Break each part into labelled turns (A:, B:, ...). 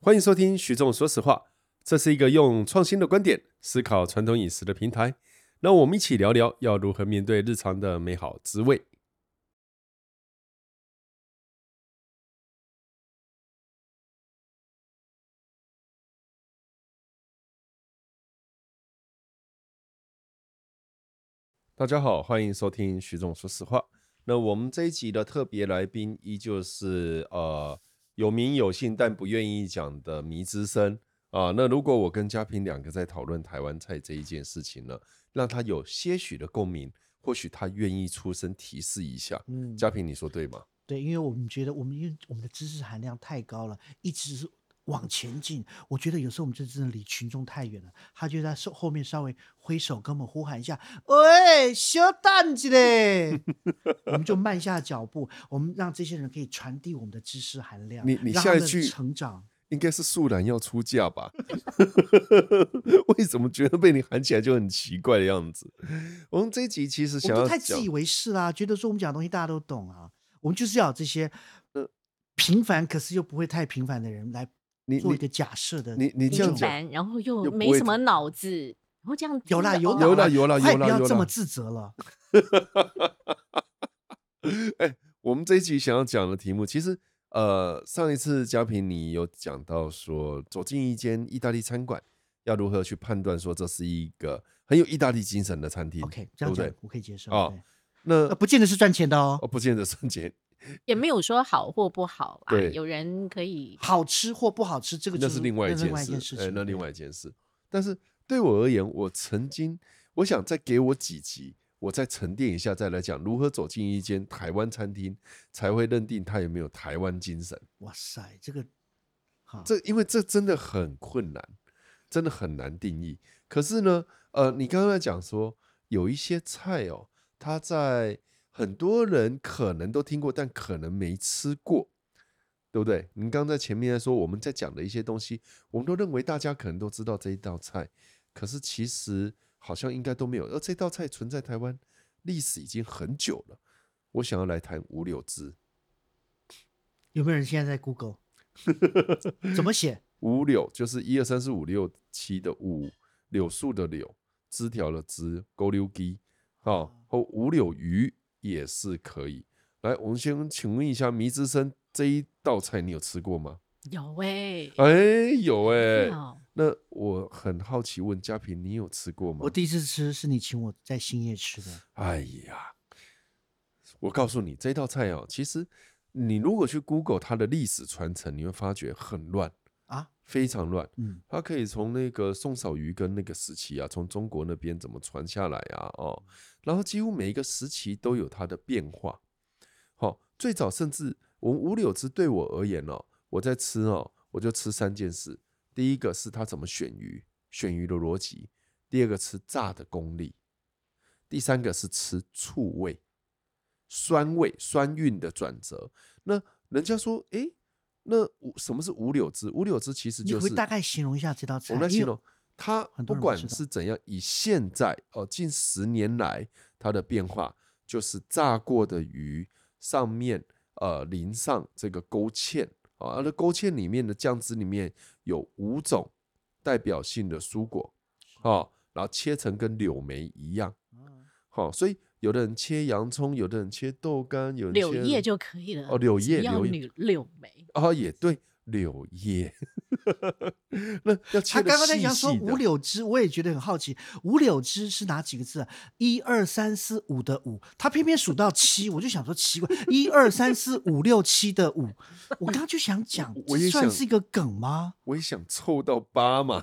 A: 欢迎收听徐总说实话，这是一个用创新的观点思考传统饮食的平台。让我们一起聊聊要如何面对日常的美好滋味。大家好，欢迎收听徐总说实话。那我们这一集的特别来宾依旧是呃有名有姓但不愿意讲的迷之声啊、那如果我跟嘉平两个在讨论台湾菜这一件事情呢，让他有些许的共鸣，或许他愿意出声提示一下。
B: 嗯，
A: 嘉平，你说对吗？
B: 对，因为我们觉得我们因为我们的知识含量太高了，一直是往前进。我觉得有时候我们就真的离群众太远了。他就在后后面稍微挥手跟我们呼喊一下：“喂，小蛋子 嘞！”我们就慢下脚步，我们让这些人可以传递我们的知识含量，
A: 你你
B: 让
A: 下
B: 他
A: 一
B: 们
A: 句
B: 成长。
A: 应该是素然要出嫁吧？ 为什么觉得被你喊起来就很奇怪的样子？我们这一集其实
B: 我
A: 想
B: 们
A: 要
B: 都太
A: 讲
B: 自以，为是啦，觉得说我们讲的东西大家都懂啊。我们就是要有这些呃平凡，可是又不会太平凡的人来
A: 你
B: 做一
A: 你
B: 个假设的。
A: 你你这样
C: 平
A: 讲，
C: 凡，然后又
A: 又不
C: 没
A: 会
C: 什么脑子，然后这样
B: 有啦
C: 听着
B: 有脑
C: 哦
A: 有啦
B: 了
A: 有啦
B: 快
A: 有啦
B: 不要
A: 有
B: 这
A: 啦
B: 么自责了。
A: 哎，我们这一集想要讲的题目，其实呃，上一次嘉平你有讲到说，走进一间意大利餐馆，要如何去判断说这是一个很有意大利精神的餐厅
B: OK，
A: 嗯对
B: 这样
A: 不
B: 讲
A: 对？
B: 我可以接受。
A: 哦
B: 对
A: 那
B: 呃，不见得是赚钱的哦
A: 哦，，不见得瞬间，
C: 也没有说好或不好啊。
A: 对
C: 有人可以
B: 好吃或不好吃，这个
A: 那
B: 就是
A: 另外一
B: 那
A: 件
B: 一件
A: 事，
B: 事
A: 哎，
B: 情。
A: 那另
B: 对
A: 外一件事。但是对我而言，我曾经，我想再给我几集，我再沉淀一下，再来讲如何走进一间台湾餐厅，才会认定它有没有台湾精神。
B: 哇塞，这个好，
A: 这因为这真的很困难，真的很难定义。可是呢，呃，你刚刚在讲说有一些菜哦，它在很多人可能都听过，但可能没吃过，对不对？您刚刚在前面在说我们在讲的一些东西，我们都认为大家可能都知道这一道菜，可是其实好像应该都没有。而这道菜存在台湾历史已经很久了。我想要来谈五柳枝，
B: 有没有人现在在 Google 怎么写？
A: 五柳就是一二三四五六七的五，柳树的柳，枝条的枝，勾溜鸡，哦，后五柳鱼也是可以。来，我们先请问一下，迷之生这一道菜你有吃过吗？
C: 有哎、
A: 哎，有哎、
C: 有
A: 那我很好奇问嘉平，你有吃过吗
B: 我？第一次吃是你请我在兴业吃的，
A: 哎呀，我告诉你，这道菜哦，其实你如果去 Google 它的历史传承，你会发觉很乱
B: 啊，
A: 非常乱。
B: 嗯，
A: 它可以从那个宋少瑜跟那个时期啊，从中国那边怎么传下来啊，哦，然后几乎每一个时期都有它的变化。好、最早甚至我们五柳枝对我而言哦，我在吃哦，我就吃三件事。第一个是它怎么选鱼，选鱼的逻辑；第二个吃炸的功力；第三个是吃醋味、酸味、酸韵的转折。那人家说，诶，那五什么是五柳枝？五柳枝其实
B: 你
A: 就
B: 会
A: 是
B: 大概形容一下这道菜？哎
A: 我们来
B: 因为
A: 形容它
B: 很
A: 不
B: 多人不
A: 管
B: 知道
A: 是怎样，以现在哦、呃近十年来它的变化，就是炸过的鱼上面呃淋上这个勾芡啊，它的勾芡里面的酱汁里面有五种代表性的蔬果哦，然后切成跟柳梅一样，
B: 嗯
A: 好、所以有的人切洋葱，有的人切豆干，有人
C: 柳
A: 切
C: 叶就可以了。
A: 哦柳
C: 只
A: 叶
C: 要
A: 柳叶
C: 柳柳梅，
A: 啊也对柳叶， 那要切
B: 他
A: 得
B: 刚刚在
A: 细
B: 讲说
A: 细的
B: 五柳枝，我也觉得很好奇，五柳枝是哪几个字、啊？一二三四五的五，他偏偏数到七，我就想说奇怪，一二三四五六七的五，我刚刚就想讲
A: 我，我
B: 这
A: 也
B: 算
A: 想
B: 是一个梗吗？
A: 我也想凑到八嘛，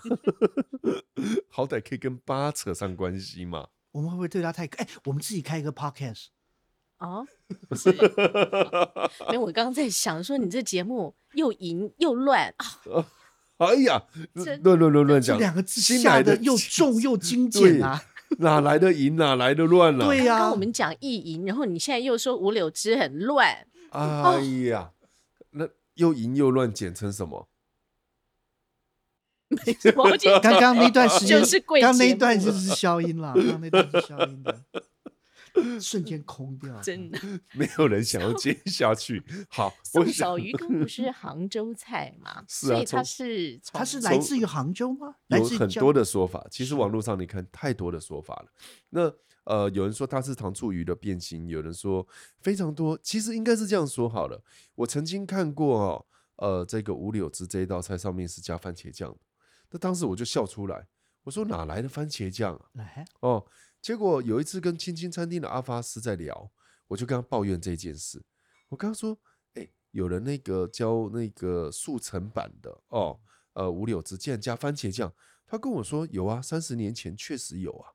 A: 好歹可以跟八扯上关系嘛。
B: 我们会不会对他太……哎，我们自己开一个 podcast，
C: 哦， 是，没有，我刚刚在想说你这节目又淫又乱啊，
A: 哎呀，
C: 这
A: 乱乱乱乱
B: 这
A: 讲，
B: 两个字
A: 新
B: 下
A: 来
B: 的
A: 的
B: 又重又精简啊！
A: 哪来的赢，哪来的乱啊？
B: 对
C: 刚
B: 呀、
C: 刚我们讲意淫，然后你现在又说五柳枝很 乱，
A: 哎呀，那又赢又乱，简称什么？
C: 我已经
B: 刚刚那段时间，
C: 就是贵
B: 刚那一
C: 节目
B: 段就
C: 了
B: 是消音啦，刚刚那段是消音的。瞬间空掉。
C: 真的。
A: 没有人想要接下去。好，我
C: 宋
A: 想
C: 小鱼羹不是杭州菜嘛？
A: 是啊
C: 所以它
A: 从
C: 是从
B: 它是来自于杭州吗？来
A: 有
B: 自于
A: 很
B: 江
A: 多的说法，其实网络上你看太多的说法了。那呃，有人说它是糖醋鱼的变形，有人说非常多，其实应该是这样说好了。我曾经看过哦，呃，这个五柳枝这一道菜上面是加番茄酱的，那当时我就笑出来，我说哪来的番茄酱啊？
B: 来
A: 哦，结果有一次跟青青餐厅的阿发斯在聊，我就跟他抱怨这件事。我跟他说：“哎、有人那个教那个速成版的哦，呃，五柳枝竟然加番茄酱。”他跟我说：“有啊，三十年前确实有啊。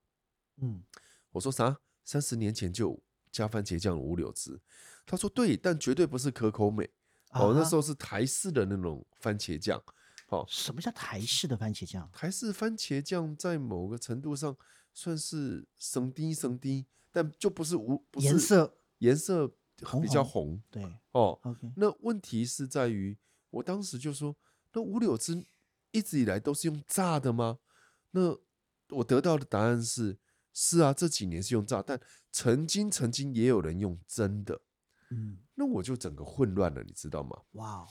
B: 嗯，”
A: 我说：“啥？三十年前就加番茄酱的五柳枝？”他说：“对，但绝对不是可口美哦，那时候
B: 候
A: 是台式的那种番茄酱。”哦，
B: 什么叫台式的番茄酱？
A: 台式番茄酱在某个程度上算是生低生低，但就不是无不是
B: 颜色
A: 颜色
B: 红
A: 比较
B: 红
A: 红
B: 对
A: 哦。
B: ，OK，
A: 那问题是在于，我当时就说，那五柳枝一直以来都是用炸的吗？那我得到的答案是，是啊，这几年是用炸，但曾经曾经也有人用蒸的，
B: 嗯，
A: 那我就整个混乱了，你知道吗？
B: 哇哦，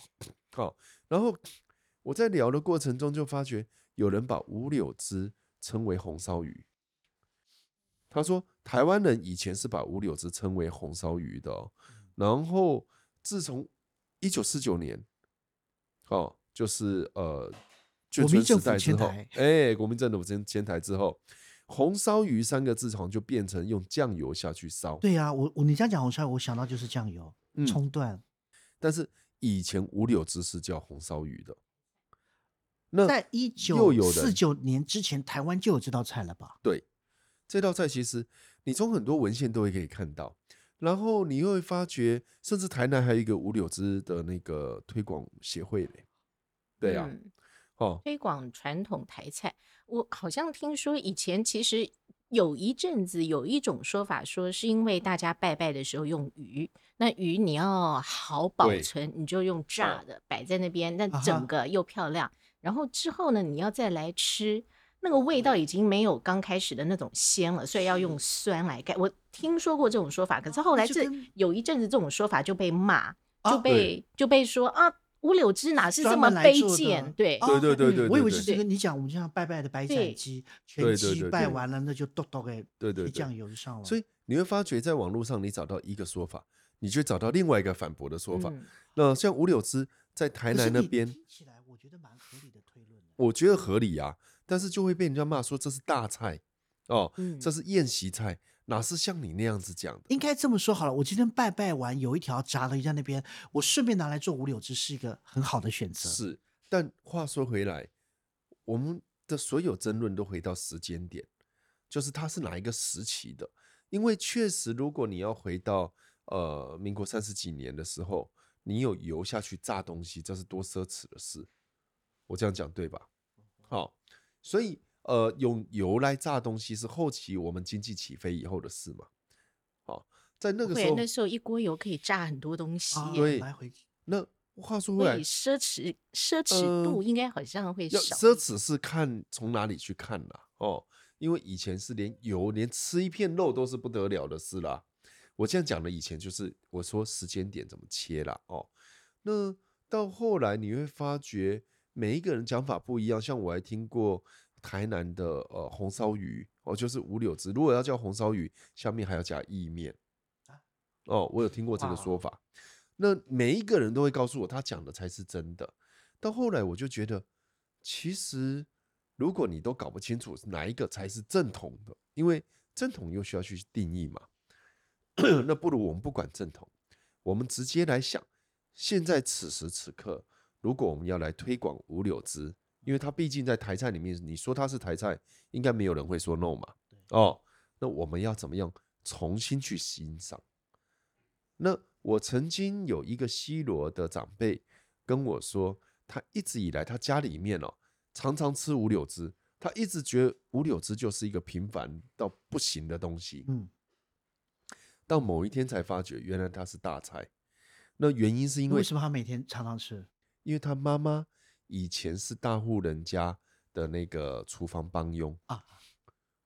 A: 好，然后我在聊的过程中就发觉有人把五柳枝称为红烧鱼。他说，台湾人以前是把五柳枝称为红烧鱼的、哦，
B: 嗯
A: 然后自从一九四九年，哦，就是呃，眷
B: 国
A: 村
B: 民
A: 时
B: 政府
A: 代之
B: 迁
A: 后，
B: 台
A: 哎，国民政府迁迁台之后，红烧鱼三个字好像就变成用酱油下去烧，
B: 对啊，我我你这样讲红烧，我想到就是酱油、
A: 嗯
B: 葱段，
A: 但是以前五柳枝是叫红烧鱼的。
B: 嗯
A: 那
B: 在一
A: 又
B: 九
A: 有
B: 四
A: 人
B: 九年之前，台湾就有这道菜了吧？
A: 这道菜其实你从很多文献都会可以看到，然后你又会发觉，甚至台南还有一个五柳枝的那个推广协会嘞。对啊呀、
C: 嗯
A: 哦，
C: 推广传统台菜。我好像听说以前其实有一阵子有一种说法，说是因为大家拜拜的时候用鱼，那鱼你要好保
A: 对
C: 存，你就用炸的摆在那边，但
B: 嗯啊哈
C: 整个又漂亮。然后之后呢，你要再来吃。那个味道已经没有刚开始的那种鲜了，所以要用酸来盖。我听说过这种说法，可是后来
B: 啊就
C: 这
B: 跟
C: 有一阵子这种说法就被骂，
B: 啊
C: 就被就被说啊，五柳枝哪是这
B: 专
C: 么
B: 门来
C: 卑
B: 做的
C: 贱？对，
B: 哦
A: 对对对对
B: 嗯我以
A: 对
B: 为
A: 对
B: 是这个。
C: 对
B: 你讲我们就像拜拜的白斩
C: 对
B: 鸡，
A: 对
B: 全
A: 对
B: 鸡
A: 对
B: 拜
A: 对
B: 完了，那就剁剁给
A: 对对对
B: 配酱油就上了。
A: 所以你会发觉，在网络上你找到一个说法，你就找到另外一个反驳的说法。
C: 嗯
A: 那像五柳枝在台
B: 可是
A: 南那
B: 你
A: 边，
B: 听起来我觉得蛮合理的推论的。
A: 我觉得合理啊，但是就会被人家骂说这是大菜哦，
C: 嗯
A: 这是宴席菜，哪是像你那样子讲的？
B: 应该这么说好了，我今天拜拜完，有一条炸了鱼在那边，我顺便拿来做五柳枝，是一个很好的选择。
A: 是，但话说回来，我们的所有争论都回到时间点，就是它是哪一个时期的。因为确实，如果你要回到呃民国三十几年的时候，你有油下去炸东西，这是多奢侈的事。我这样讲对吧？好，所以呃，用油来炸东西是后期我们经济起飞以后的事嘛。好，在那个时
C: 会
A: 候，
C: 那时候一锅油可以炸很多东西
B: 啊，
C: 耶，
A: 对
B: 来回
A: 那话说回
C: 所
A: 来
C: 以，奢侈奢
A: 呃
C: 侈度应该好像会
A: 要
C: 少。
A: 奢侈是看从哪里去看啦、哦，因为以前是连油连吃一片肉都是不得了的事啦。我这样讲的以前就是我说时间点怎么切啦哦，那到后来你会发觉每一个人讲法不一样，像我还听过台南的呃红烧鱼哦，就是五柳枝，如果要叫红烧鱼，下面还要加意面哦，我有听过这个说法。那每一个人都会告诉我，他讲的才是真的。到后来我就觉得，其实如果你都搞不清楚哪一个才是正统的，因为正统又需要去定义嘛， 那不如我们不管正统，我们直接来想，现在此时此刻，如果我们要来推广五柳枝，因为它毕竟在台菜里面，你说它是台菜，应该没有人会说 no 嘛，哦，那我们要怎么样重新去欣赏？那我曾经有一个西罗的长辈跟我说，他一直以来他家里面哦常常吃五柳枝，他一直觉得五柳枝就是一个平凡到不行的东西。
B: 嗯，
A: 到某一天才发觉，原来它是大菜。那原因是因
B: 那为
A: 为
B: 什么他每天常常吃？
A: 因为他妈妈以前是大户人家的那个厨房帮佣
B: 啊，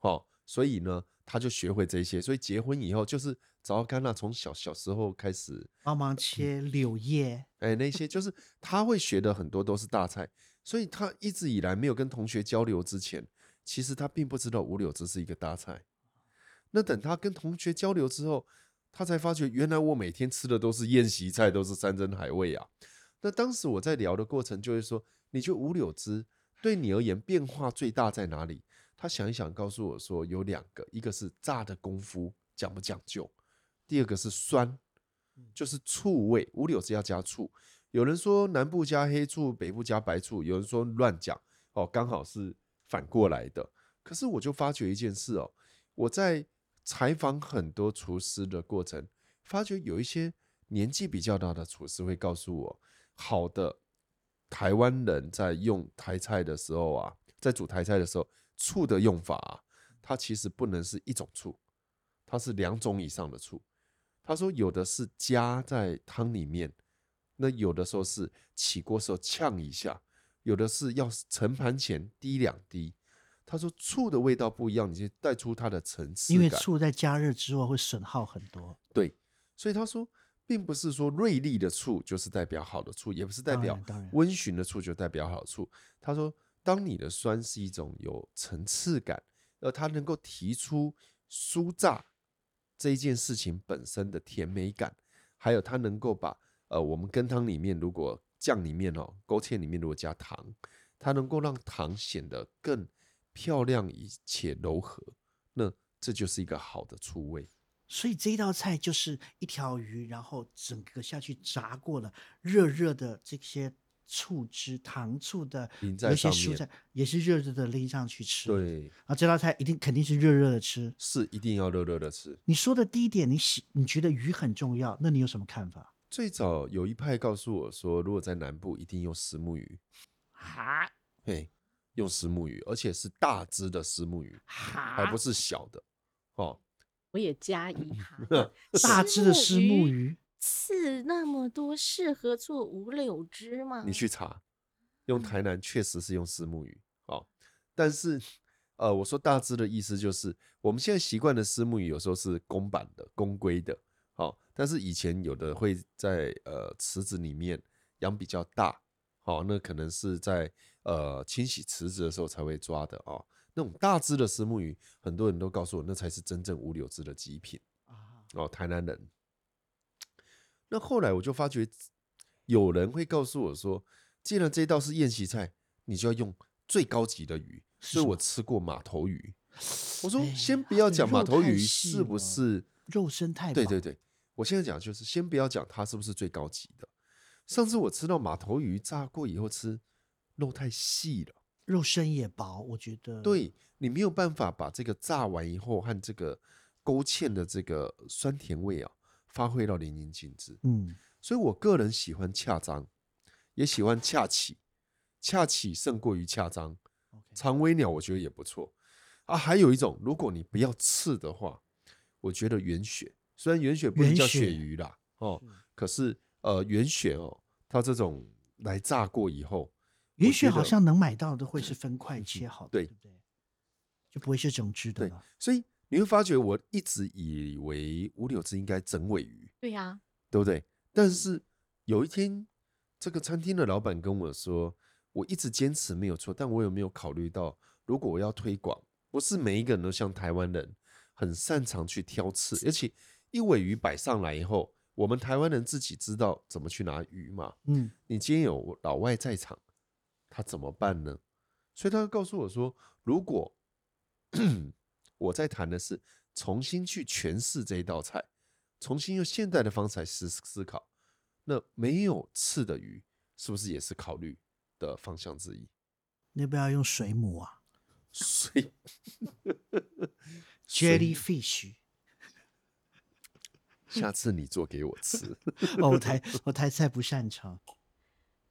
A: 哦，所以呢，他就学会这些，所以结婚以后就是早干娜从小小时候开始，
B: 帮忙切柳叶，
A: 哎、那些就是他会学的很多都是大菜，所以他一直以来没有跟同学交流之前，其实他并不知道五柳枝是一个大菜。那等他跟同学交流之后，他才发觉原来我每天吃的都是宴席菜，都是山珍海味啊。那当时我在聊的过程就是说，你觉得五柳枝对你而言变化最大在哪里？他想一想，告诉我说有两个，一个是炸的功夫讲不讲究，第二个是酸，就是醋味。五柳枝要加醋，有人说南部加黑醋，北部加白醋，有人说乱讲哦，刚好是反过来的。可是我就发觉一件事哦，我在采访很多厨师的过程，发觉有一些年纪比较大的厨师会告诉我，好的台湾人在用台菜的时候啊，在煮台菜的时候，醋的用法、啊，它其实不能是一种醋，它是两种以上的醋。他说有的是加在汤里面，那有的时候是起锅时候呛一下，有的是要盛盘前滴两滴。他说醋的味道不一样，你就带出它的层次
B: 因为
A: 感
B: 醋在加热之后会损耗很多，
A: 对，所以他说，并不是说锐利的醋就是代表好的醋，也不是代
B: 当
A: 表
B: 然当然
A: 温驯的醋就代表好醋。他说，当你的酸是一种有层次感，而它能够提出酥炸这一件事情本身的甜美感，还有它能够把呃我们羹汤里面如果酱里面哦勾芡里面如果加糖，它能够让糖显得更漂亮以且柔和，那这就是一个好的醋味。
B: 所以这一道菜就是一条鱼，然后整个下去炸过了，热热的这些醋汁、糖醋的
A: 淋在
B: 有一些
A: 上
B: 蔬
A: 面
B: 菜也是热热的拎上去吃。，
A: 对。
B: 啊，这道菜一定肯定是热热的吃。
A: 是一定要热热的吃。
B: 你说的第一点，你喜你觉得鱼很重要，那你有什么看法？
A: 最早有一派告诉我说，如果在南部一定用石目鱼，
C: 哈
A: 嘿，用石目鱼，而且是大只的石目鱼，
C: 哈，
B: 啊
A: 还不是小的哦。，
C: 我也加一哈
B: 大只的石目鱼，
C: 刺那么多，适合做五柳枝吗？
A: 你去查，用台南确实是用石目鱼哦，但是呃，我说大致的意思就是，我们现在习惯的石目鱼有时候是公版的、公规的，哦，但是以前有的会在呃池子里面养比较大，哦，那可能是在呃清洗池子的时候才会抓的哦。那种大只的石目鱼，很多人都告诉我，那才是真正五柳枝的极品。
B: 啊，
A: 哦，台南人。那后来我就发觉，有人会告诉我说，既然这道是宴席菜，你就要用最高级的鱼。所以
B: 什
A: 我
B: 么
A: 吃过马头鱼。我说
B: 哎，
A: 先不要讲
B: 肉
A: 马头
B: 太
A: 鱼
B: 细
A: 是不
B: 了
A: 是
B: 肉身太
A: 对
B: 薄
A: 对对，我现在讲就是先不要讲它是不是最高级的。上次我吃到马头鱼炸过以后吃，肉太细了。
B: 肉身也薄，我觉得
A: 对你没有办法把这个炸完以后和这个勾芡的这个酸甜味啊，发挥到淋漓尽致。
B: 嗯，
A: 所以我个人喜欢恰章，也喜欢恰起，恰起胜过于恰章。
B: OK
A: 长尾鸟我觉得也不错啊。还有一种，如果你不要刺的话，我觉得圆雪，虽然圆雪不能
B: 圆
A: 叫
B: 雪
A: 鳕鱼啦，哦，可是呃圆雪哦，它这种来炸过以后，
B: 也
A: 我
B: 许
A: 觉
B: 好
A: 得
B: 像能买到的会是分块切好的，
A: 对
B: 不对？就不会是整只的
A: 对
B: 了。，
A: 所以你会发觉我一直以为五柳枝应该整尾鱼，
C: 对呀、
A: 对不对？但是有一天，这个餐厅的老板跟我说，我一直坚持没有错，但我有没有考虑到，如果我要推广，不是每一个人都像台湾人很擅长去挑刺，而且一尾鱼摆上来以后，我们台湾人自己知道怎么去拿鱼嘛。
B: 嗯，
A: 你今天有老外在场，他怎么办呢？所以他就告诉我说，如果 我在谈的是重新去诠释这一道菜，重新用现代的方式来思思考，那没有刺的鱼是不是也是考虑的方向之一？
B: 你要不要用水母啊
A: 所以水母
B: ？Jellyfish。
A: 下次你做给我吃。
B: 哦，我台我台菜不擅长，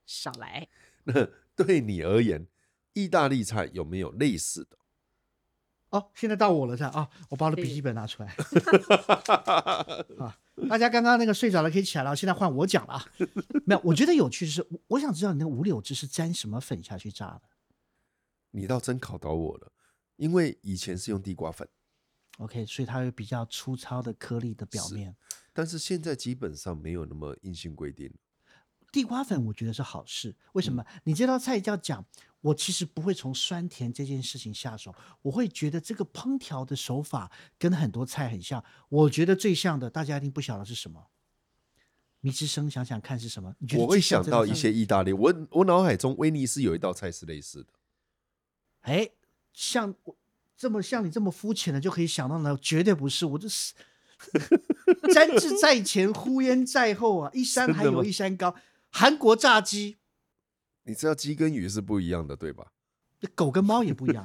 C: 少来。
A: 那对你而言，意大利菜有没有类似的？
B: 哦，现在到我了，这样啊、我把我的笔
C: 对
B: 记本拿出来啊！大家刚刚那个睡着了可以起来了，现在换我讲了啊！没有，我觉得有趣是，我我想知道你那个五柳枝是沾什么粉下去炸的
A: 你倒真考倒我了，因为以前是用地瓜粉，
B: OK，所以它有比较粗糙的颗粒的表
A: 是
B: 面。
A: 但是现在基本上没有那么硬性规定了。
B: 地瓜粉我觉得是好事，为什
A: 嗯
B: 么？你这道菜要讲，我其实不会从酸甜这件事情下手，我会觉得这个烹调的手法跟很多菜很像。我觉得最像的，大家一定不晓得是什么。迷之生，想想看是什么？你觉得
A: 我会
B: 最像
A: 想
B: 这道
A: 到一
B: 菜
A: 些意大利，我我脑海中威尼斯有一道菜是类似的，
B: 哎，像我这么像你这么肤浅的就可以想到呢，绝对不是，我就是 瞻之在前，呼烟在后啊，一山
A: 真的
B: 还有
A: 吗
B: 一山高。韩国炸鸡，
A: 你知道鸡跟鱼是不一样的，对吧？
B: 狗跟猫也不 一样。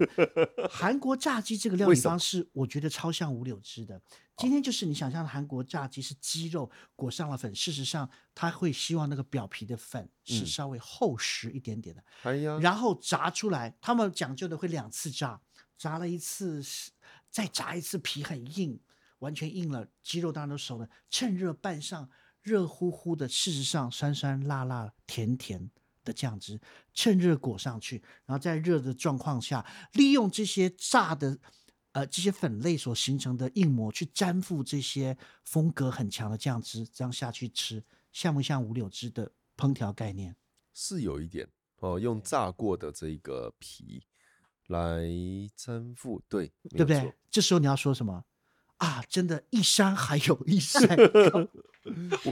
B: 韩国炸鸡这个料
A: 为
B: 理
A: 什么
B: 方式，我觉得超像五柳汁的。今天就是你想象的韩国炸鸡是鸡肉裹上了粉，事实上它会希望那个表皮的粉是
A: 嗯
B: 稍微厚实一点点的，
A: 哎呀，
B: 啊然后炸出来，他们讲究的会两次炸，炸了一次是再炸一次，皮很硬，完全硬了，鸡肉当然都熟了，趁热拌上热乎乎的，事实上酸酸辣辣甜甜的酱汁，趁热裹上去，然后在热的状况下，利用这些炸的。呃，这些粉类所形成的硬膜去粘附这些风格很强的酱汁，这样下去吃，像不像五柳汁的烹调概念？
A: 是有一点哦，用炸过的这个皮来粘附，对，
B: 对
A: 对
B: 不对？？这时候你要说什么啊？真的，一山还有一山高。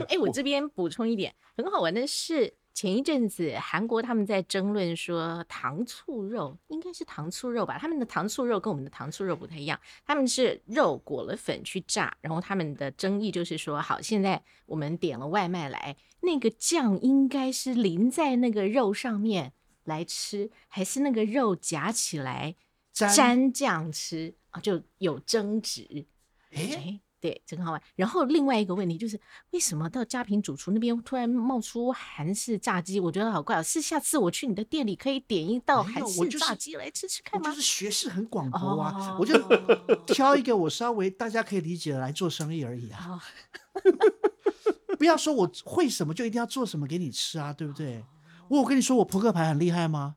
C: 哎、我这边补充一点，很好玩的是，前一阵子韩国他们在争论说糖醋肉应该是糖醋肉吧，他们的糖醋肉跟我们的糖醋肉不太一样，他们是肉裹了粉去炸，然后他们的争议就是说，好，现在我们点了外卖来，那个酱应该是淋在那个肉上面来吃，还是那个肉夹起来
B: 沾
C: 沾酱吃啊？就有争执。
B: 诶，
C: 哎，对，真好玩。然后另外一个问题就是，为什么到家平主厨那边突然冒出韩式炸鸡？我觉得好怪哦。是下次我去你的店里可以点一道
B: 没
C: 韩
B: 有我
C: 式
B: 就是
C: 炸鸡来吃吃
B: 我
C: 看吗？
B: 就是学识很广博啊，
C: 哦
B: 我就挑一个我稍微大家可以理解的来做生意而已啊。
C: 哦
B: 不要说我会什么就一定要做什么给你吃啊，对不对？我有跟你说我扑克牌很厉害吗？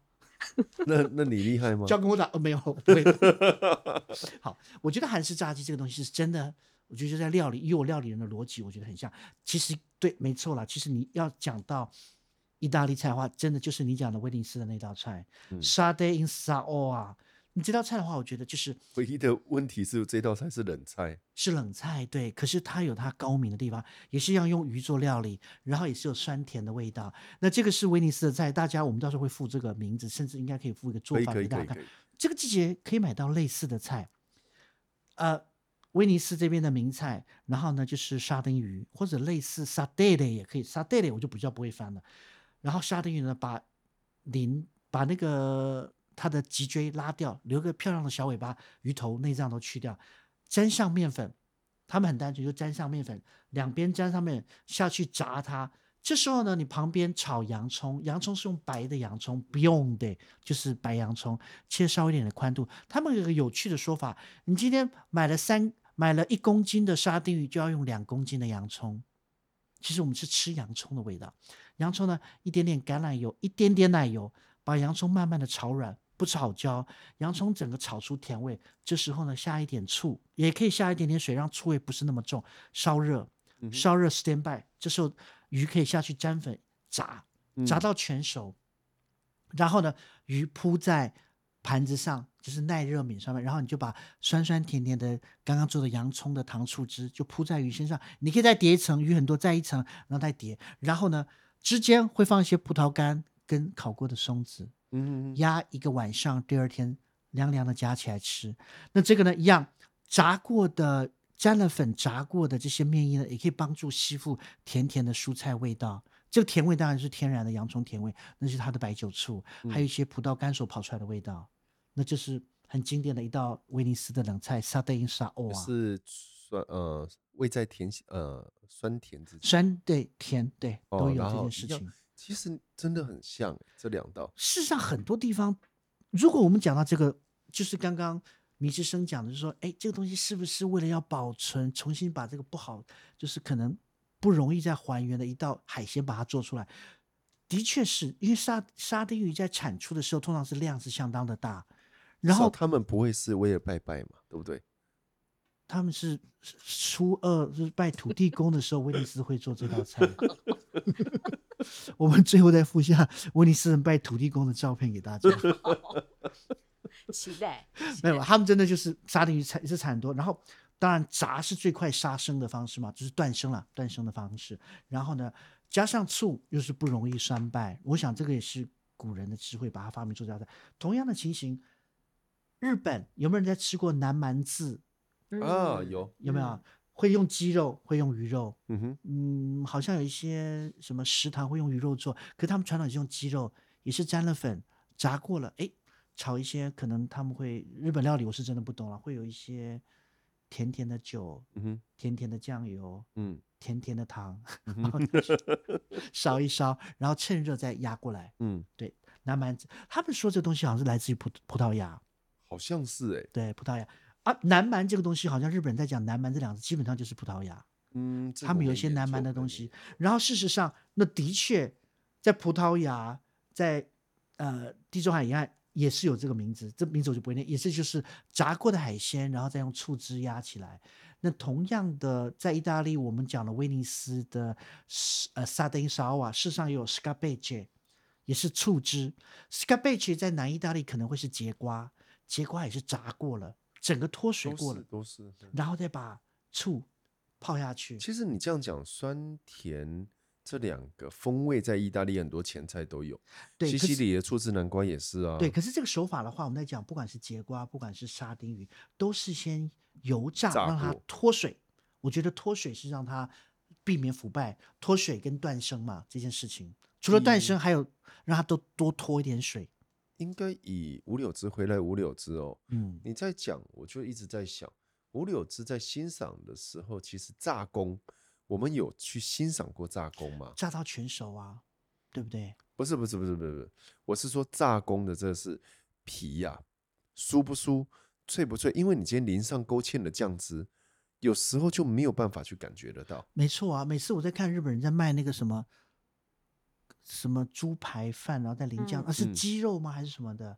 A: 那那你厉害吗？
B: 教跟我打、哦、没有， 我不会打好，我觉得韩式炸鸡这个东西是真的，我觉得在料理，以我料理人的逻辑，我觉得很像。其实对，没错啦。其实你要讲到意大利菜的话，真的就是你讲的威尼斯的那道菜、
A: 嗯
B: 沙 s a d e in Sao 啊。你这道菜的话，我觉得就是
A: 唯一的问题是这道菜是冷菜，
B: 是冷菜，对，可是它有它高明的地方，也是要用鱼做料理，然后也是有酸甜的味道。那这个是威尼斯的菜，大家我们到时候会附这个名字，甚至应该可以附一个做
A: 可以
B: 法
A: 可
B: 给
A: 以
B: 大
A: 可
B: 家
A: 以
B: 看
A: 可。以，
B: 这个季节可以买到类似的菜，呃，威尼斯这边的名菜，然后呢就是沙丁鱼或者类似沙爹的也可以，沙爹的我就比较不会翻了。然后沙丁鱼呢，把鳞把那个它的脊椎拉掉，留个漂亮的小尾巴，鱼头内脏都去掉，沾上面粉，他们很单纯，就沾上面粉，两边沾上面粉下去炸它。这时候呢，你旁边炒洋葱，洋葱是用白的洋葱，不用的，就是白洋葱，切稍一点的宽度。他们有一个有趣的说法，你今天买了三买了一公斤的沙丁鱼，就要用两公斤的洋葱。其实我们是吃洋葱的味道，洋葱呢一点点橄榄油，一点点奶油，把洋葱慢慢的炒软，不炒焦，洋葱整个炒出甜味。这时候呢，下一点醋，也可以下一点点水，让醋味不是那么重。烧热，
A: 嗯哼
B: 烧热 stand by，这时候鱼可以下去沾粉炸，炸
A: 嗯
B: 到全熟，然后呢，鱼铺在盘子上，就是耐热皿上面，然后你就把酸酸甜甜的刚刚做的洋葱的糖醋汁就铺在鱼身上，你可以再叠一层，鱼很多再一层，然后再叠，然后呢，之间会放一些葡萄干跟烤过的松子，
A: 嗯嗯嗯
B: 压一个晚上，第二天凉凉的夹起来吃。那这个呢，一样炸过的、沾了粉炸过的这些面衣呢，也可以帮助吸附甜甜的蔬菜味道。这个甜味当然是天然的洋葱甜味，那是它的白酒醋，
A: 嗯
B: 还有一些葡萄干所跑出来的味道，那就是很经典的一道威尼斯的冷菜——沙爹因沙欧
A: 就
B: 啊，
A: 是酸呃味在甜呃酸甜之间，
B: 酸对甜对
A: 哦
B: 都有
A: 然
B: 这
A: 后
B: 件
A: 一
B: 事
A: 样
B: 情。
A: 其实真的很像欸这两道，
B: 事实上，很多地方，如果我们讲到这个，就是刚刚迷之生讲的，就是说，哎，这个东西是不是为了要保存，重新把这个不好，就是可能不容易再还原的一道海鲜，把它做出来？的确是因为沙沙丁鱼在产出的时候，通常是量是相当的大，然
A: 至少
B: 后
A: 他们不会是为了拜拜嘛，对不对？
B: 他们是是初二就是拜土地公的时候，威尼斯会做这道菜。 我们最后再附下威尼斯人拜土地公的照片给大家。
C: 期 待。期
B: 没有，
C: 待
B: 他们真的就是沙丁鱼产是产很多，然后当然炸是最快杀生的方式嘛，就是断生了，断生的方式。然后呢，加上醋又是不容易酸败，我想这个也是古人的智慧，把它发明出这道菜。同样的情形，日本有没有人在吃过南蛮字？
A: 啊，
B: 哦
C: 嗯
A: 有，
B: 有没有、
C: 嗯
B: 会用鸡肉，会用鱼肉？
A: 嗯哼，
B: 嗯，好像有一些什么食堂会用鱼肉做，可他们传统是用鸡肉，也是沾了粉，炸过了，哎，炒一些可能他们会日本料理我是真的不懂了，会有一些甜甜的酒，
A: 嗯哼，
B: 甜甜的酱油，
A: 嗯
B: 甜甜的糖，
A: 嗯
B: 然后
A: 哼，
B: 烧一烧，然后趁热再压过来。
A: 嗯，
B: 南蛮子，他们说这东西好像是来自于葡葡萄牙，
A: 好像是哎，
B: 对，葡萄牙啊，南蛮这个东西好像日本人在讲南蛮这两个字，基本上就是葡萄牙。
A: 嗯，这
B: 他
A: 个
B: 们
A: 我
B: 有
A: 没
B: 一些
A: 研
B: 南
A: 究
B: 蛮的
A: 过
B: 东
A: 呢
B: 西。然后事实上，那的确在葡萄牙，在呃地中海沿岸也是有这个名字，这名字我就不会念，也是就是炸过的海鲜，然后再用醋汁压起来。那同样的，在意大利，我们讲的威尼斯的呃萨丁沙瓦，事实上也有 scabeche，也是醋汁。scabeche 在南意大利可能会是节瓜，节瓜也是炸过了，整个脱水
A: 都
B: 过
A: 是
B: 了，
A: 都是。嗯
B: 然后再把醋泡下去。
A: 其实你这样讲，酸甜这两个风味在意大利很多前菜都有，
B: 对，
A: 西
B: 可
A: 西
B: 是
A: 里的醋汁南瓜也是啊。
B: 对，可是这个手法的话，我们在讲，不管是节瓜，不管是沙丁鱼，都是先油炸，
A: 炸
B: 让它
A: 过
B: 脱水。我觉得脱水是让它避免腐败，脱水跟断生嘛这件事情，除了断生，
A: 嗯
B: 还有让它多多脱一点水。
A: 应该以五柳枝回来五柳枝哦。
B: 嗯，
A: 你在讲，我就一直在想，五柳枝在欣赏的时候，其实炸工，我们有去欣赏过炸工吗？
B: 炸到全熟啊，对不对？
A: 不是不是不是不是不是，我是说炸工的这是皮呀、酥不酥，脆不脆？因为你今天淋上勾芡的酱汁，有时候就没有办法去感觉得到。
B: 没错啊，每次我在看日本人在卖那个什么什么猪排饭，然后再淋酱，
C: 嗯
B: 啊是
A: 嗯
B: 鸡肉吗还是什么的？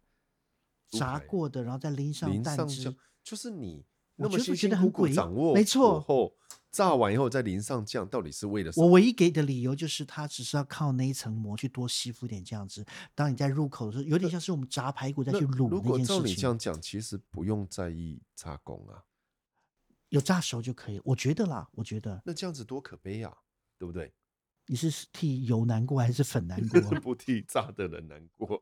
A: 猪
B: 炸
A: 排
B: 过的，然后再淋上
A: 淋
B: 蛋
A: 上
B: 汁
A: 酱，，就是你
B: 我
A: 那么
B: 就是
A: 辛
B: 觉
A: 辛
B: 得
A: 苦
B: 很
A: 苦
B: 诡异
A: 掌握
B: 没错
A: 火候，炸完以后再淋上酱，到底是为了什
B: 我
A: 么？
B: 唯一给的理由就是，它只是要靠那一层膜去多吸附点酱汁。当你在入口的时候，有点像是我们炸排骨再
A: 那
B: 去卤
A: 如
B: 那
A: 果
B: 件
A: 照你
B: 事
A: 这
B: 情，
A: 样讲，其实不用在意炸工啊，
B: 有炸熟就可以。我觉得啦，我觉得
A: 那这样子多可悲啊，对不对？
B: 你是替油难过还是粉难
C: 啊
B: 过？ 啊
A: 不替炸的人难 过。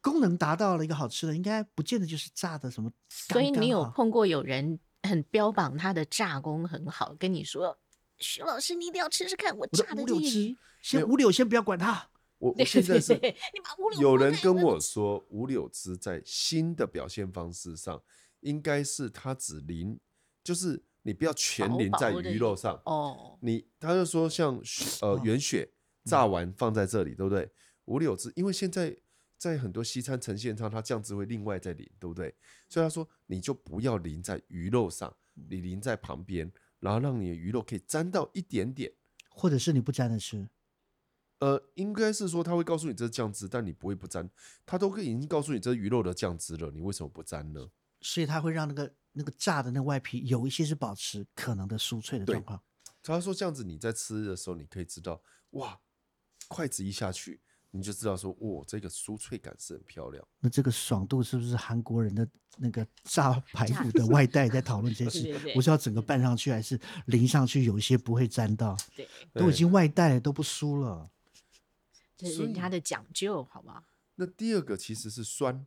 B: 功能达到了一个好吃的，应该不见得就是炸的什么刚刚好。
C: 所以你有碰过有人很标榜他的炸工很好，跟你说，徐老师你一定要吃吃看我
B: 我的
C: 炸的
B: 五
C: 这
B: 柳
C: 些
B: 汁
C: 鱼。，
A: 没
B: 先
A: 有
B: 五柳先不要管它。
A: 我我
C: 对
A: 现
C: 对
A: 在是
C: 对，你把五柳
A: 有
C: 拨
A: 人
C: 开
A: 跟
C: 我
A: 我说，五柳枝在新的表现方式上，应该是它只淋，就是你不要全
C: 薄
A: 淋在
C: 薄的
A: 鱼
C: 一
A: 肉上，
C: 哦，
A: 你他就说像雪呃
B: 哦
A: 原雪炸完放在这里，对不对？五柳汁，因为现在在很多西餐呈现上，它酱汁会另外再淋，对不对？所以他说你就不要淋在鱼肉上，你淋在旁边，然后让你的鱼肉可以沾到一点点。
B: 或者是你不沾着吃，
A: 呃，应该是说他会告诉你这是酱汁，但你不会不沾，他都已经告诉你这是鱼肉的酱汁了，你为什么不沾呢？
B: 所以它会让那个那个炸的那外皮有一些是保持可能的酥脆的
A: 对
B: 状况。
A: 他说这样子你在吃的时候，你可以知道，哇，筷子一下去，你就知道说，哇，这个酥脆感是很漂亮。
B: 那这个爽度是不是韩国人的那个 炸排骨的外带在讨论这件
C: 对
B: 事
C: 对？对
B: 我是要整个拌上去，还是淋上去？有一些不会沾到，
C: 对，
B: 都已经外带了，都不酥了。
C: 这是
A: 所
C: 人
A: 以
C: 家的讲究，好不好？
A: 那第二个其实是酸，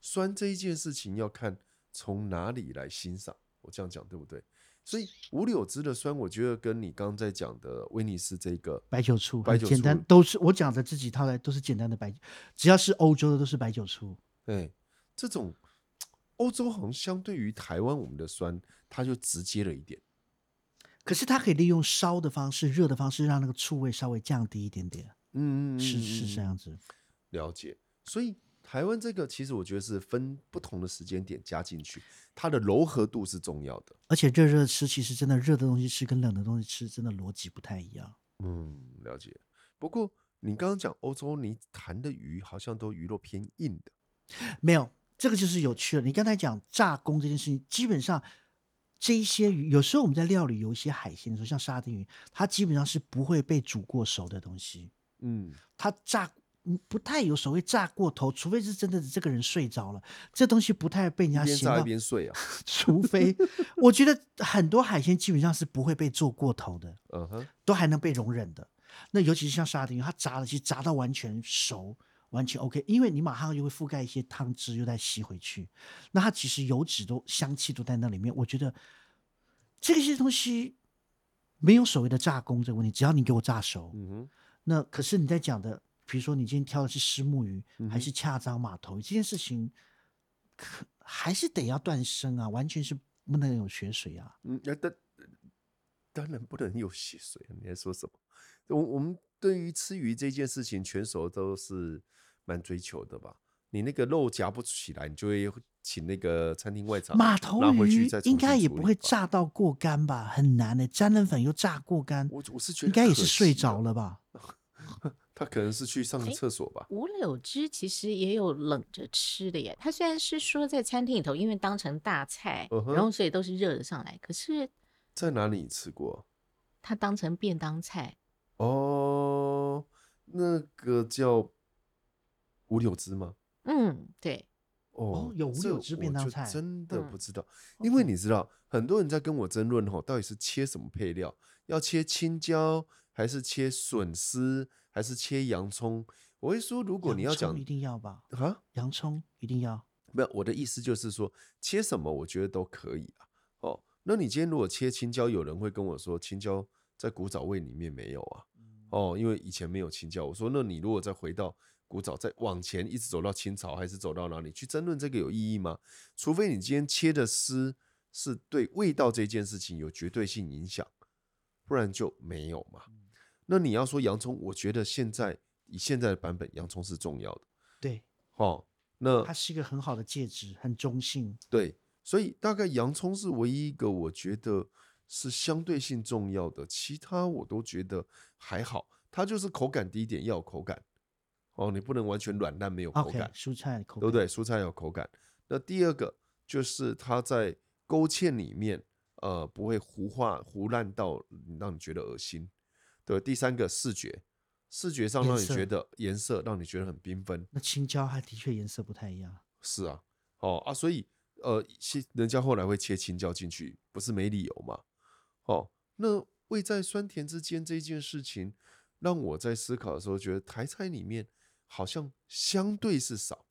A: 酸这一件事情要看从哪里来欣赏。我这样讲对不对？所以五柳枝的酸，我觉得跟你刚刚在讲的威尼斯这个
B: 白酒醋，
A: 白
B: 很
A: 酒
B: 简单
A: 醋，
B: 都是我讲的这几套来都是简单的白，只要是欧洲的都是白酒醋。
A: 哎，这种欧洲好像相对于台湾我们的酸，它就直接了一点。
B: 可是它可以利用烧的方式、热的方式，让那个醋味稍微降低一点点，
A: 嗯，
B: 是
A: 嗯
B: 是
A: 嗯
B: 啊这，
A: 嗯
B: 样子。
A: 了解。所以台湾这个其实我觉得是分不同的时间点加进去，它的柔和度是重要的。
B: 而且热热吃，其实真的热的东西吃跟冷的东西吃，真的逻辑不太一样。
A: 嗯，了解。不过你刚刚讲欧洲，你谈的鱼好像都鱼肉偏硬的，
B: 没有，这个就是有趣了。你刚才讲炸工这件事情，基本上这一些鱼，有时候我们在料理有一些海鲜的时候，像沙丁鱼，它基本上是不会被煮过熟的东西，
A: 嗯，
B: 它炸嗯不太有所谓炸过头，除非是真的是这个人睡着了，这东西不太被人
A: 一
B: 家
A: 边
B: 嫌
A: 炸一
B: 到。
A: 边睡啊，
B: 除 非我觉得很多海鲜基本上是不会被做过头的，
A: 嗯哼，
B: 都还能被容忍的。那尤其是像沙丁鱼，它炸的其实炸到完全熟，完全 OK，因为你马上就会覆盖一些汤汁，又再吸回去。那它其实油脂都香气都在那里面。我觉得这些东西没有所谓的炸工这个问题，只要你给我炸熟。
A: 嗯哼，
B: 那可是你在讲的，比如说你今天挑的是石目鱼
A: 嗯
B: 还
A: 哼
B: 是恰章码头鱼，这件事情可还是得要断生啊，完全是不能有血水啊。
A: 嗯，那当当然不能有血水啊，你在说什么？我我们对于吃鱼这件事情，全熟都是蛮追求的吧？你那个肉夹不起来，你就会请那个餐厅外场
B: 码头
A: 拿啊回去
B: 鱼
A: 再重
B: 应该
A: 新
B: 也
A: 处
B: 不
A: 理
B: 会
A: 吧。
B: 炸到过干吧，很难的、沾了粉又炸过干，
A: 我我是觉得
B: 应该也
A: 可
B: 是睡
A: 惜
B: 着
A: 啊，
B: 了吧？
A: 他可能是去上个厕所吧。
C: 五柳汁其实也有冷着吃的耶，它虽然是说在餐厅里头，因为当成大菜，
A: 嗯哼
C: 然后所以都是热的上来，可是
A: 在哪里吃过？啊
C: 它当成便当菜，
A: 哦，那个叫五柳汁吗？
C: 嗯，对，
A: 哦，
B: 有五
A: 这
B: 柳汁便
A: 我
B: 当
A: 就
B: 菜
A: 真的
C: 嗯
A: 不知道，因为你知道，很多人在跟我争论吼，到底是切什么配料，要切青椒还是切笋丝，还是切洋葱？我会说，如果你要
B: 洋葱
A: 讲
B: 一定要吧，
A: 啊，
B: 洋葱一定要。
A: 没有，我的意思就是说，切什么我觉得都可以啊。哦，那你今天如果切青椒，有人会跟我说青椒在古早味里面没有啊。哦，因为以前没有青椒。我说，那你如果再回到古早，再往前一直走到清朝，还是走到哪里去争论这个有意义吗？除非你今天切的丝是对味道这件事情有绝对性影响，不然就没有嘛。那你要说洋葱，我觉得现在以现在的版本，洋葱是重要的。
B: 对，
A: 哦，那
B: 它是一个很好的介质，很中性。
A: 对，所以大概洋葱是唯一一个我觉得是相对性重要的，其他我都觉得还好。它就是口感第一点要有口感哦，你不能完全软烂没有口
B: OK，
A: 感，
B: 蔬菜口
A: 对不
B: 感
A: 对？蔬菜要有口感。那第二个就是它在勾芡里面，呃，不会糊化糊烂到让你觉得恶心。对，第三个视觉，视觉上
B: 颜
A: 让你
B: 色
A: 觉得颜色让你觉得很缤纷，
B: 那青椒它的确颜色不太一样。
A: 是啊，哦啊，所以呃，切人家后来会切青椒进去，不是没理由嘛？哦，那味在酸甜之间这件事情，让我在思考的时候，觉得台菜里面好像相对是少。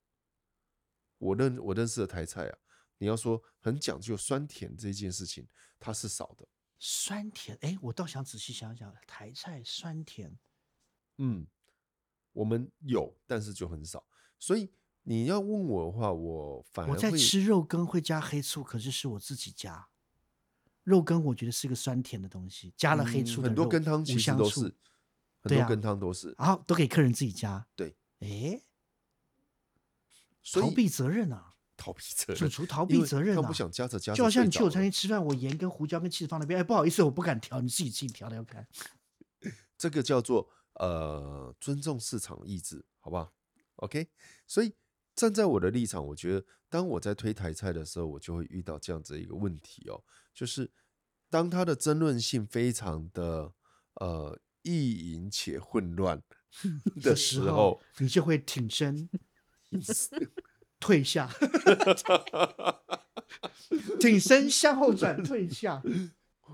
A: 我认我认识的台菜啊，你要说很讲究酸甜这件事情，它是少的。
B: 酸甜，哎，我倒想仔细想想，台菜酸甜，
A: 嗯，我们有，但是就很少。所以你要问我的话，我反而
B: 我在
A: 哎会
B: 吃肉羹会加黑醋，可是是我自己加。肉羹我觉得是个酸甜的东西，加了黑
A: 嗯
B: 醋的肉、
A: 很多羹汤
B: 五
A: 其实
B: 香
A: 都
B: 醋
A: 是，很
B: 对
A: 多
B: 啊
A: 羹汤都是，
B: 然后都给客人自己加。
A: 对，
B: 哎，
A: 所以
B: 逃避责任啊，
A: 逃避责
B: 主
A: 任，
B: 厨逃
A: 因
B: 避
A: 为
B: 责任
A: 他
B: 啊，
A: 不想夹着夹着
B: 就好像
A: 睡
B: 你去我
A: 着
B: 餐
A: 了
B: 厅吃饭，我盐跟胡椒跟 cheese 放那边，哎，不好意思，我不敢调，你自己自己调调看。
A: 这个叫做呃尊重市场意志，好吧？OK，所以站在我的立场，我觉得当我在推台菜的时候，我就会遇到这样子一个问题哦，就是当它的争论性非常的呃意淫且混乱 的时
B: 时
A: 候，
B: 你就会挺身退下， 挺身向 后转退下。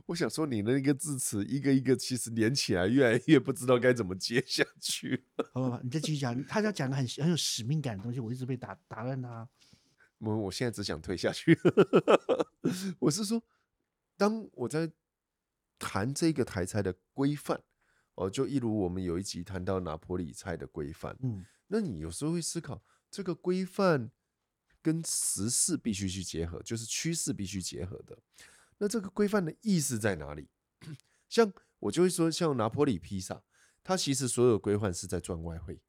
A: 我想说你的那个字词一个一个，其实连起来越来越不知道该怎么接下去。
B: 好吧，你再继续讲，他要讲个很很有使命感的东西，我一直被打打断他。
A: 我我现在只想退下去。 我是说，当我在谈这个台菜的规范，哦、就一如我们有一集谈到拿坡里菜的规范，
B: 嗯，
A: 那你有时候会思考，这个规范跟时事必须去结合，就是趋势必须结合的。那这个规范的意思在哪里？ 像我就会说，像拿坡里披萨，它其实所有规范是在赚外汇。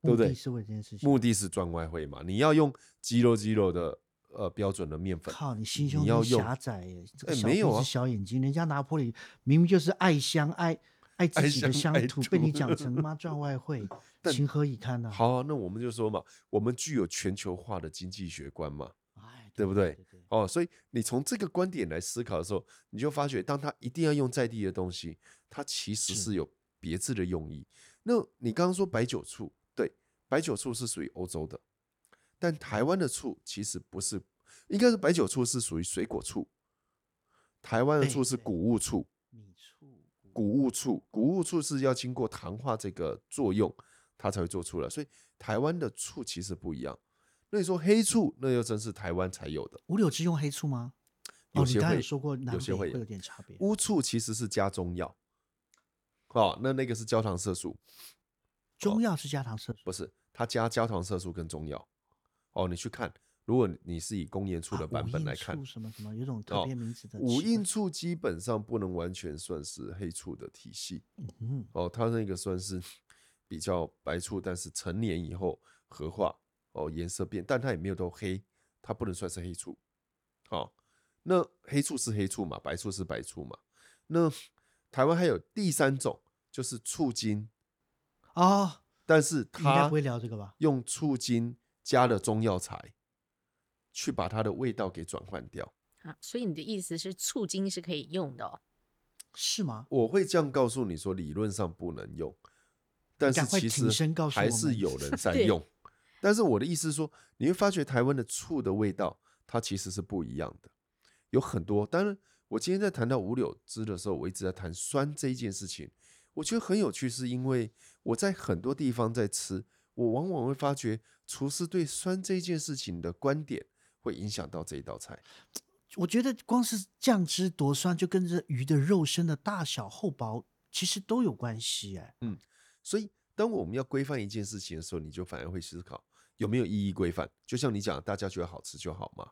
A: 对不
B: 目
A: 对
B: 的是为这件事情。
A: 目的是赚外汇嘛，你要用鸡肉鸡肉的呃标准的面粉，
B: 靠，你心胸
A: 你要
B: 很
A: 用
B: 狭窄耶！这个
A: 哎
B: 小
A: 没有
B: 鼻子
A: 啊
B: 小眼睛，人家拿破里明明就是爱乡爱爱自
A: 爱
B: 己的
A: 乡
B: 乡
A: 爱
B: 土
A: 土
B: 被你 讲成妈赚外汇，
A: 但
B: 情何以堪呐、
A: 好、啊那我们就说嘛，我们具有全球化的经济学观嘛，
B: 哎，
A: 对不
B: 对
A: 对？哦，所以你从这个观点来思考的时候，你就发觉，当他一定要用在地的东西，它其实
B: 是
A: 是有别致的用意。那你刚刚说白酒醋，对，白酒醋是属于欧洲的，但台湾的醋其实不是，应该是白酒醋是属于水果醋，台湾的
B: 对
A: 醋是
B: 对
A: 谷物醋，
B: 米醋
A: 谷物醋，谷物醋是要经过糖化这个作用，它才会做出来。所以台湾的醋其实不一样。那你说黑醋，那又真是台湾才有的。
B: 五柳汁用黑醋吗？
A: 有
B: 哦，你
A: 些
B: 刚
A: 会
B: 才有说过南
A: 有些
B: 北
A: 会
B: 会有点差别。
A: 乌醋其实是加中药，哦，那那个是焦糖色素，
B: 中药是加糖色素，
A: 哦不是它加焦糖色素跟中药。哦，你去看，如果你是以公盐醋
B: 啊
A: 的
B: 五
A: 版本
B: 印
A: 来看
B: 醋，什么什么，有种特
A: 哦
B: 别名字的
A: 五
B: 奇
A: 印
B: 怪，
A: 醋基本上不能完全算是黑醋的体系。
B: 嗯，
A: 哦，它那个算是 比较白醋，但是成年以后核化哦，颜色变，但它也没有到黑，它不能算是黑醋。好、那黑醋是黑醋嘛，白醋是白醋嘛。那台湾还有第三种就是醋精，
B: 哦，
A: 但是
B: 你应该
A: 它
B: 不会聊这个吧？
A: 用醋精加了中药材，去把它的味道给转换掉。
C: 啊，所以你的意思是醋精是可以用的哦？
B: 是吗？
A: 我会这样告诉你说，理论上不能用，但是
B: 赶快
A: 其
B: 挺身告
A: 实
B: 诉
A: 还
B: 我
A: 是
B: 们
A: 有人在
C: 对
A: 用。但是我的意思是说，你会发觉台湾的醋的味道，它其实是不一样的，有很多。当然，我今天在谈到五柳汁的时候，我一直在谈酸这一件事情。我觉得很有趣，是因为我在很多地方在吃，我往往会发觉厨师对酸这一件事情的观点会影响到这一道菜。
B: 我觉得光是酱汁多酸，就跟这鱼的肉身的大小、厚薄，其实都有关系哎。
A: 所以，当我们要规范一件事情的时候，你就反而会思考有没有意义规范。就像你讲，大家觉得好吃就好嘛，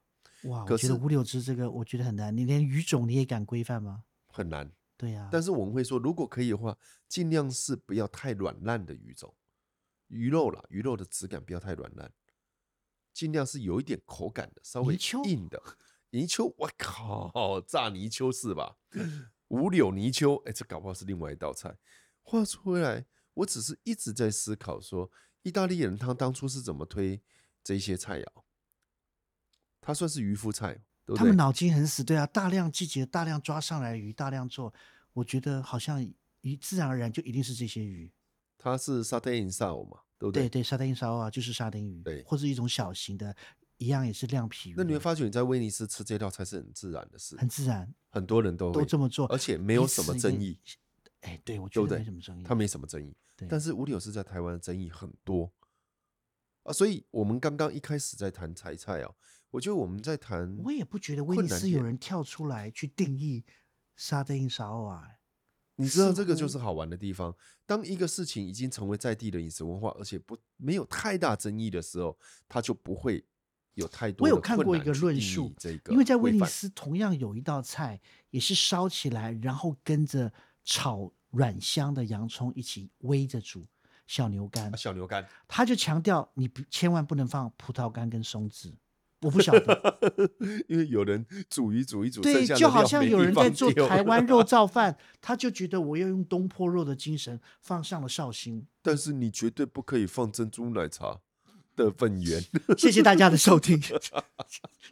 B: 哇，我
A: 可
B: 觉得
A: 是
B: 五柳汁这个，我觉得很难。你连鱼种你也敢规范吗？
A: 很难。
B: 对啊呀、
A: 但是我们会说，如果可以的话，尽量是不要太软烂的鱼种，鱼肉啦，鱼肉的质感不要太软烂，尽量是有一点口感的，稍微
B: 泥鳅
A: 硬的。 泥鳅，我靠，炸泥鳅是吧？五柳泥鳅，哎、这搞不好是另外一道菜。话说回来，我只是一直在思考说，意大利人他当初是怎么推这些菜肴？他算是渔夫菜，哦对不对？
B: 他们脑筋很死，对啊，大量季节大量抓上来的鱼，大量做，我觉得好像鱼自然而然就一定是这些鱼。
A: 他是沙爹银烧嘛，对不
B: 对对，沙丁鱼烧啊，就是沙丁鱼，
A: 对
B: 或者一种小型的，一样也是亮皮鱼类，
A: 那你会发觉你在威尼斯吃这道菜是很自然的事，
B: 嗯很自然，
A: 很多人都
B: 都
A: 会
B: 这么做，
A: 而且没有
B: 彼
A: 什
B: 此
A: 么
B: 也
A: 争议，。
B: 哎，对，我
A: 对
B: 觉
A: 不
B: 得
A: 对
B: 没什么争议，啊
A: 它没什么争议。
B: 对
A: 但是五柳是在台湾的争议很多啊，所以我们刚刚一开始在谈台菜哦，我觉得我们在谈
B: 我也不觉得威
A: 困
B: 尼
A: 难
B: 斯有
A: 点
B: 人跳出来去定义沙丁鱼烧啊。
A: 你知道
B: 似
A: 这个就
B: 乎
A: 是好玩的地方。当一个事情已经成为在地的饮食文化，而且不没有太大争议的时候，它就不会有太多
B: 我
A: 的困难去定义这个规范。
B: 有看过一个论述，因为在威尼斯同样有一道菜也是烧起来，然后跟着炒软香的洋葱一起煨着煮小牛肝
A: 啊、。小牛肝，
B: 他就强调你不千万不能放葡萄干跟松子。我不晓 得，
A: 因为有人煮一煮一煮，
B: 对，
A: 剩下的
B: 就好
A: 料
B: 像
A: 没
B: 有
A: 地
B: 人
A: 方
B: 在做
A: 丢
B: 台湾 肉燥饭，他就觉得我要用东坡肉的精神放上了绍兴。
A: 但是你绝对不可以放珍珠奶茶的 粉圆，
B: 谢谢大家的 收听。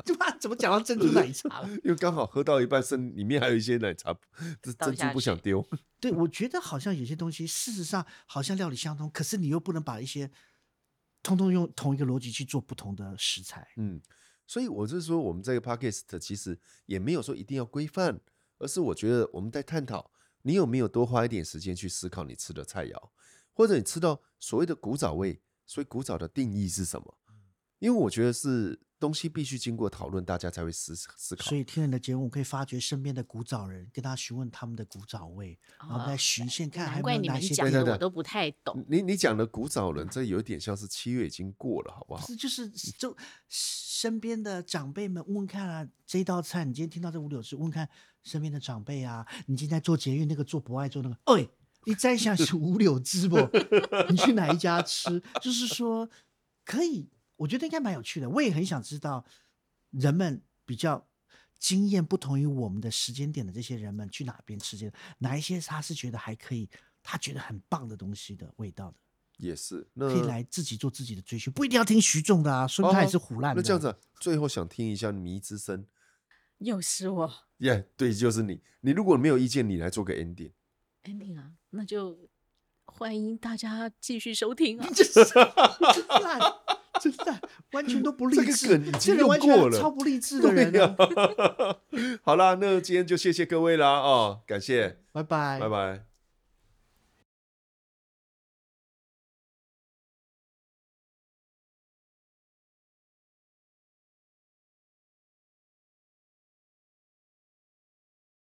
B: 他妈怎么讲到珍珠奶茶了？
A: 因为刚好喝到一半，剩里面还有一些奶茶，这
C: 倒
A: 珍珠
C: 下
A: 不想
C: 去
A: 丢。
B: 对，我觉得好像有些东西，事实上好像料理相通，可是你又不能把一些通通用同一个逻辑去做不同的食材。
A: 嗯，所以我是说，我们这个 podcast 其实也没有说一定要规范，而是我觉得我们在探讨你有没有多花一点时间去思考你吃的菜肴，或者你吃到所谓的古早味，所以古早的定义是什么？因为我觉得是东西必须经过讨论，大家才会思思考
B: 所。以听了你的节目，我可以发掘身边的古早人，跟他询问他们的古早味，然后我们来
C: 哦
B: 寻线看还
C: 难
B: 有
C: 怪
B: 没有
C: 你
B: 哪
C: 们
B: 些
C: 讲
A: 对对
C: 的
A: 对嗯
C: 我都不太懂。
A: 你你讲的古早人，这有一点像是七月已经过了，好不好
B: 是？就是就身边的长辈们问问看啊，这道菜你今天听到这五柳汁，问问看身边的长辈啊，你今天在做捷运那个做不爱做那个，哎、你再想是五柳汁不？ 你去哪一家吃？就是说可以，我觉得应该蛮有趣的，我也很想知道人们比较经验不同于我们的时间点的这些人们去哪边吃这个，哪一些他是觉得还可以，他觉得很棒的东西的味道的，
A: 也是。那
B: 可以来自己做自己的追寻，不一定要听徐仲的啊，说明他也是胡烂的。
A: 哦那这样子、啊，最后想听一下迷之声，
C: 又是我
A: 耶、对，就是你。你如果没有意见，你来做个 ending。
C: ending 啊，那就欢迎大家继续收听啊。
B: 真烂，真烂，完全都不励
A: 这个
B: 志。
A: 梗已经
B: 人
A: 用
B: 完
A: 过
B: 全
A: 了
B: 超不励志的人
A: 对
B: 啊、
A: 呀好啦，那今天就谢谢各位啦啊、哦，感谢，
B: 拜拜，
A: 拜拜。